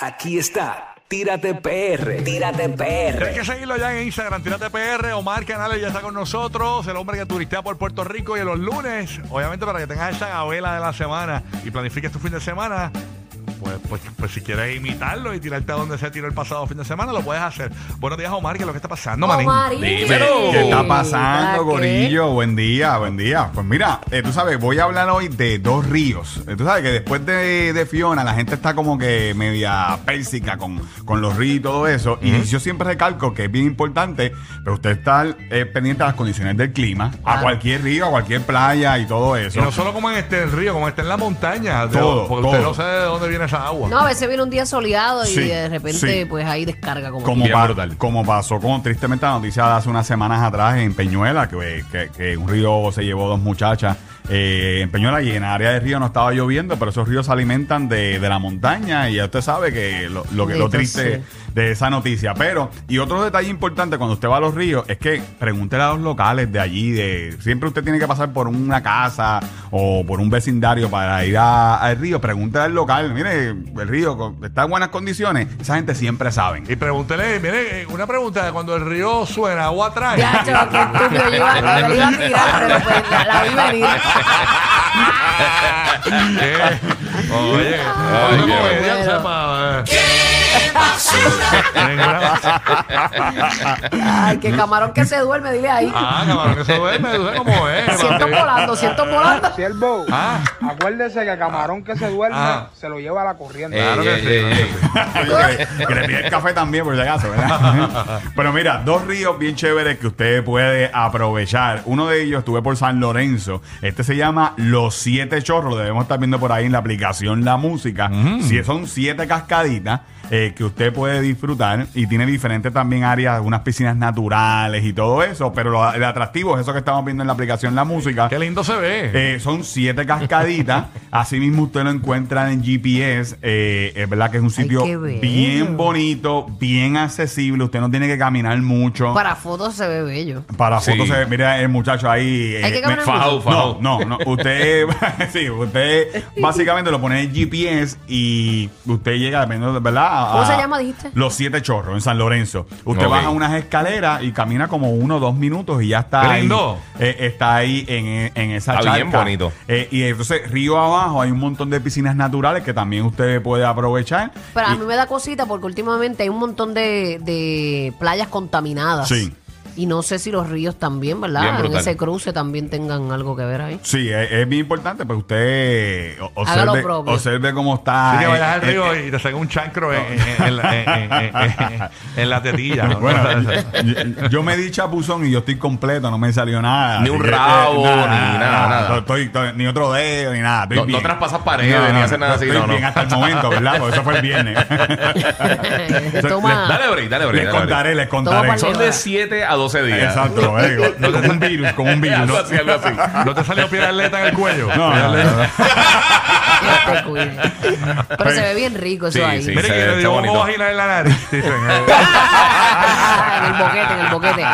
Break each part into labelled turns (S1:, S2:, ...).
S1: aquí está. Tírate PR, tírate
S2: Tienes
S1: PR.
S2: que seguirlo ya en Instagram, Tírate PR, Omar Canales ya está con nosotros, el hombre que turistea por Puerto Rico y en los lunes, obviamente para que tengas esa gabela de la semana y planifiques tu fin de semana, pues, pues, pues si quieres imitarlo y tirarte a donde se tiró el pasado fin de semana, lo puedes hacer. Buenos días Omar, ¿qué es lo que está pasando, Manín?
S3: Omarín.
S4: Dímelo.
S5: ¿Qué está
S3: ¿Para qué?
S5: pasando, Gorillo? Buen día, buen día. Pues mira, eh, tú sabes, voy a hablar hoy de dos ríos. Eh, Tú sabes que después de, de Fiona la gente está como que media pérsica con, con los ríos y todo eso. Y yo siempre recalco que es bien importante, pero usted está eh, pendiente a las condiciones del clima, a cualquier río, a cualquier playa y todo
S2: Y
S5: eso.
S2: no solo como en este río, como está en la montaña, de-
S5: Todo,
S2: porque usted
S5: todo.
S2: no sabe de dónde viene esa agua.
S3: No, a veces viene un día soleado y
S5: Sí,
S3: de repente
S5: sí.
S3: pues ahí descarga como...
S5: Como,
S4: Bien
S5: pa-
S4: brutal.
S5: como pasó con tristemente la noticia de hace unas semanas atrás en Peñuela, que, que- que un río se llevó dos muchachas eh, en Peñuela y en área de río no estaba lloviendo, pero esos ríos se alimentan de, de la montaña y ya usted sabe que lo, lo que, lo
S3: Bendito
S5: triste
S3: sea.
S5: de esa noticia. Pero, y otro detalle importante cuando usted va a los ríos es que pregúntele a los locales de allí, de siempre usted tiene que pasar por una casa o por un vecindario para ir a- al río, pregúntele al local, mire, el río con- está en buenas condiciones, esa gente siempre saben.
S2: Y pregúntele, mire, eh, una pregunta, cuando el río suena, agua trae.
S3: Ya, chaval, qué estúpido. Yo iba, la iba a tirar, pero pues la, la vi venir.
S2: Eh, Oye,
S4: Ay,
S2: no
S4: qué
S2: me
S3: bueno.
S2: vean, sepa, eh. Ninguna-
S3: Ay, que camarón que se duerme, dile ahí.
S2: Ah, camarón, que se duerme, duerme como es.
S3: siento
S2: mami.
S3: volando, siento volando.
S6: Siervo,
S2: Ah.
S6: acuérdese que el camarón que se duerme
S2: Ah.
S6: se lo lleva a la corriente.
S4: Ey,
S2: Claro que
S5: Eh,
S4: ey,
S2: sí,
S4: ey,
S2: claro
S4: ey.
S2: que sí.
S5: que, que le pide el café también, por si acaso, ¿verdad? Pero mira, dos ríos bien chéveres que usted puede aprovechar. Uno de ellos estuve por San Lorenzo. Este se llama Los Siete Chorros. Lo debemos estar viendo por ahí en la aplicación La Música. Si son siete cascaditas eh, que usted puede disfrutar y tiene diferentes también áreas, unas piscinas naturales y todo eso. Pero lo- el atractivo es eso que estamos viendo en la aplicación La Música.
S2: Qué lindo se ve.
S5: Eh, son siete cascaditas. Asimismo, usted lo encuentra en GPS. eh, es verdad que es un
S3: Ay,
S5: sitio
S3: qué bello.
S5: bien bonito, bien accesible. Usted no tiene que caminar mucho.
S3: Para fotos se ve bello.
S5: Para
S4: Sí.
S5: fotos, se ve- mira el muchacho ahí. eh,
S3: Hay que
S5: me-
S3: caminar
S4: Fajao,
S3: mucho.
S4: fajao.
S5: no, no, no. Usted, sí, usted básicamente lo pone en GPS y usted llega, dependiendo de verdad. A-
S3: ¿Cómo se
S5: a
S3: llama, dijiste?
S5: Los Siete Chorros en San Lorenzo. Usted
S4: Ok.
S5: baja unas escaleras y camina como uno o dos minutos y ya está
S2: Qué
S5: ahí.
S2: lindo.
S5: Eh, está ahí en, en esa
S4: Está
S5: charca.
S4: bien bonito.
S5: Eh, y entonces, río abajo hay un montón de piscinas naturales que también usted puede aprovechar.
S3: Pero a
S5: Y-
S3: mí me da cosita porque últimamente hay un montón de, de playas contaminadas.
S5: Sí.
S3: Y no sé si los ríos también,
S4: Bien
S3: ¿verdad? En
S4: brutal.
S3: ese cruce también tengan algo que ver ahí.
S5: Sí, es, es bien importante, pues usted o-
S3: Haga lo
S5: observe,
S3: propio.
S5: observe cómo está.
S2: Así que
S5: eh,
S2: vayas al
S5: eh,
S2: río y te saca un chancro en, en- en la- en- en- en- en la tetilla. ¿no?
S5: Bueno, yo, yo me di chapuzón y yo estoy completo, no me salió nada.
S4: Ni
S5: Así
S4: un
S5: que, eh,
S4: rabo, ni nada, nada.
S5: No Estoy, estoy- ni otro dedo, ni nada. estoy
S4: No- no
S5: bien.
S4: traspasas paredes, ni haces nada así,
S5: Estoy
S4: no, no.
S5: bien hasta el momento, ¿verdad? Porque eso fue el viernes.
S3: Toma.
S4: Dale
S5: les
S4: break, dale break. dale break.
S5: contaré, les
S3: Toma
S5: contaré.
S3: pa'l
S4: Son de 7 a 12 días.
S5: Exacto, eh, como un virus, como un virus.
S4: Algo así, algo así.
S2: ¿No te salió piedra atleta en el cuello?
S5: No, no, no, no.
S3: Dios te Este cuide. Pero se ve bien rico eso
S4: Sí,
S3: ahí.
S4: sí.
S2: Mire que
S4: Se-
S2: le
S4: está
S2: dio
S4: bonito.
S2: un vagina en la nariz. dicen, eh.
S3: en el boquete, en el boquete.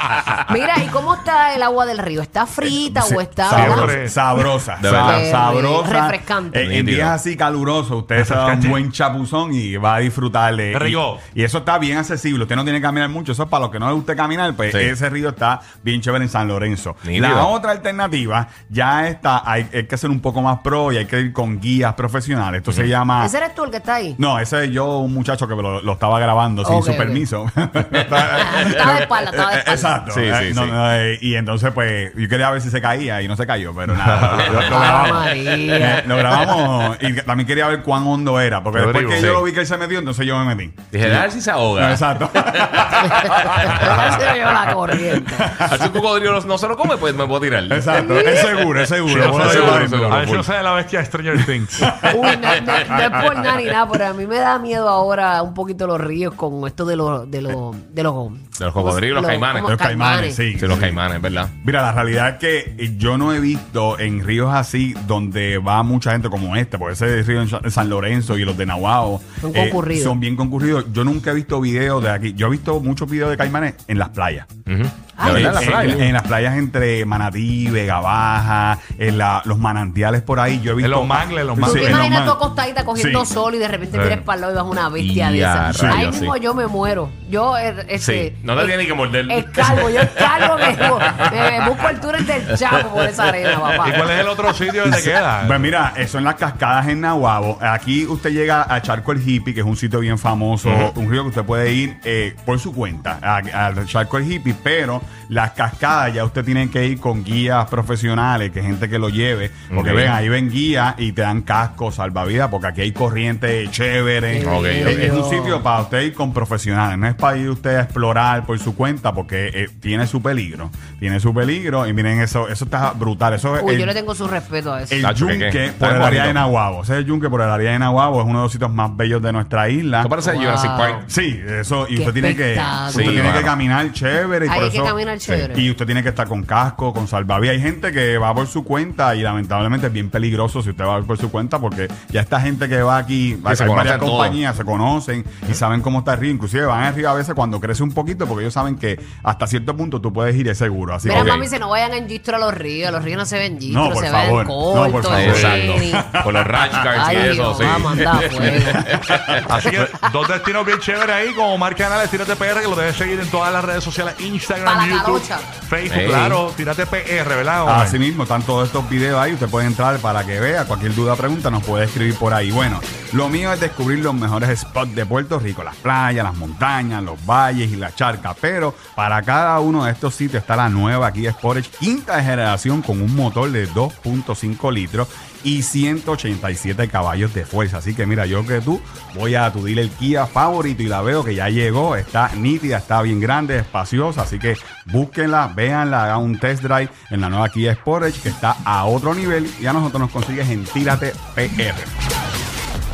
S3: Mira, ¿y cómo está el agua del río? ¿Está frita o está
S2: sabroso.
S3: ¿verdad?
S5: sabrosa, sabrosa,
S4: De
S5: sa-
S3: verdad.
S5: sabrosa,
S3: Refrescante.
S5: Eh, en
S4: Nítido.
S5: días así calurosos, usted se da un
S2: Refrescante.
S5: buen chapuzón y va a disfrutarle.
S2: Qué rico.
S5: Y, y eso está bien accesible. Usted no tiene que caminar mucho. Eso es para los que no le guste caminar, pues
S4: Sí.
S5: ese río está bien chévere en San Lorenzo.
S4: Nítido.
S5: La otra alternativa ya está. Hay, hay que ser un poco más pro y hay que ir con guías profesionales. Esto se llama.
S3: ¿Ese eres tú el que está ahí?
S5: Ah. No, ese es yo, un muchacho que lo, lo estaba grabando sin
S3: Ok,
S5: su
S3: ok.
S5: permiso.
S3: Estaba de espalda, estaba de espalda.
S5: Eh, Exacto.
S4: Sí,
S5: Eh,
S4: sí,
S5: no,
S4: sí.
S5: no, eh, y entonces, pues, yo quería ver si se caía y no se cayó, pero nada. lo, lo
S3: Ah,
S5: grabamos.
S3: María.
S5: Eh, lo grabamos y también quería ver cuán hondo era, porque
S2: Qué
S5: después que
S2: horrible.
S5: yo
S2: Sí.
S5: lo vi que él se metió, entonces yo me metí.
S4: Dije, dale si se
S5: No,
S4: ahoga.
S5: exacto.
S3: Se lo lleva la corriente.
S4: Así un cocodrilo no- no se lo come, pues me puedo tirar.
S5: exacto. Es seguro, es seguro.
S2: Yo
S5: Vos
S2: no
S5: lo
S2: sé, yo-
S5: llevas
S4: seguro,
S5: adentro.
S4: seguro.
S2: A ver si no sé de la bestia de Stranger Things.
S3: Uy, no, no, no es por nada ni nada, pero a mí me da miedo ahora un poquito los ríos con esto de los de los de los
S4: De los cocodrilos, los caimanes.
S3: como
S5: Los caimanes, sí.
S4: Sí, los caimanes, ¿verdad?
S5: Mira, la realidad es que yo no he visto en ríos así donde va mucha gente como este, porque ese río en Sa- en San Lorenzo y los de Nahuao eh,
S3: Son concurridos.
S5: son bien concurridos. Yo nunca he visto videos de aquí. Yo he visto muchos videos de caimanes en las playas.
S2: Ah,
S3: Ah,
S4: De verdad, en las
S5: en,
S4: playas.
S5: en las playas entre Manatí, Vega Baja, en la- los manantiales por ahí. Yo he visto.
S2: En los mangles, en los mangles.
S3: Tú
S5: Sí,
S3: te
S5: en los
S3: imaginas tú
S5: mangles.
S3: acostadita cogiendo
S5: Sí.
S3: sol y de repente tienes para el lado y vas una bestia de
S4: Y a
S3: esas. Ahí
S4: rayos,
S3: mismo
S4: sí.
S3: yo me muero. Yo, eh, este,
S4: Sí, no te
S3: eh,
S4: tiene que morder.
S3: Es calvo, yo es calvo me, me, me busco el túnel del chapo por esa arena, papá.
S2: ¿Y cuál es el otro sitio que te
S5: Pues
S2: queda?
S5: mira, eh, son las cascadas en Nahuabo. Aquí usted llega a Charco el Hippie, que es un sitio bien famoso, un río que usted puede ir eh, por su cuenta a- al Charco el Hippie, pero las cascadas ya usted tiene que ir con guías profesionales, que gente que lo lleve, porque
S4: Ok.
S5: ven, ahí ven guías y te dan cascos, salvavidas, porque aquí hay corriente chévere.
S4: Ok,
S5: Eh,
S4: ok.
S5: Es un sitio para usted ir con profesionales, no es para ir usted a explorar por su cuenta, porque eh, tiene su peligro, tiene su peligro y miren eso, eso está brutal, eso es...
S3: Uy,
S5: el-
S3: yo le tengo su respeto a eso.
S5: el
S4: Tacho, ¿qué,
S5: yunque
S4: qué?
S5: por el
S4: Está
S5: área
S4: bonito.
S5: de Nahuabo. Ese es el yunque por el área de Nahuabo. Es uno de los sitios más bellos de nuestra isla.
S4: Eso parece
S3: Wow.
S4: Jurassic Park.
S5: Sí, eso. Y
S3: Qué
S5: usted tiene que,
S3: espectáculo.
S5: usted
S4: Sí,
S5: tiene
S4: mano.
S5: que caminar chévere. Y
S3: Hay
S5: por
S3: que
S5: eso-
S3: caminar
S5: sí.
S3: chévere.
S5: Y usted tiene que estar con casco, con salvavidas. Hay gente que va por su cuenta y lamentablemente es bien peligroso si usted va por su cuenta porque ya esta gente que va aquí, hay
S4: se
S5: varias
S4: conocen todos.
S5: compañías, se conocen y saben cómo está el río. Inclusive van al río a veces cuando crece un poquito porque ellos saben que hasta cierto punto tú puedes ir es seguro. Así
S3: Mira,
S5: que-
S3: mami, se no vayan en gistro a los ríos. Los ríos no se ven gistro,
S5: No, por
S3: se
S5: favor.
S3: ven
S5: No,
S3: cortos.
S5: por favor.
S3: en tenis.
S4: Exacto. Con los rash guards
S3: Ay,
S4: y eso,
S3: Dios,
S4: sí.
S3: vamos a andar a fuego.
S2: Así que dos destinos bien chéveres ahí, como Omar Canales, Tírate PR, que lo debes seguir en todas las redes sociales,
S3: Pa' la
S2: Instagram, YouTube,
S3: calocha.
S2: Facebook,
S4: Ey.
S2: claro, Tírate PR, ¿verdad? Omar?
S5: Así mismo, están todos estos videos ahí. Usted puede entrar para que vea. Cualquier duda o pregunta nos puede escribir por ahí. Bueno, lo mío es descubrir los mejores spots de Puerto Rico: las playas, las montañas, los valles y la charca. Pero para cada uno de estos sitios está la nueva Kia Sportage, quinta generación, con un motor de 2.5 litros y 187 caballos de fuerza. Así que mira, yo que tú voy a tu el Kia favorito y la veo que ya llegó. Está nítida, está bien grande, espaciosa. Así que búsquenla, véanla, hagan un test drive en la nueva Kia Sportage que está a otro nivel y a nosotros nos consigues en Tírate PR.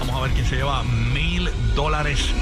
S2: Vamos a ver quién se lleva mil dólares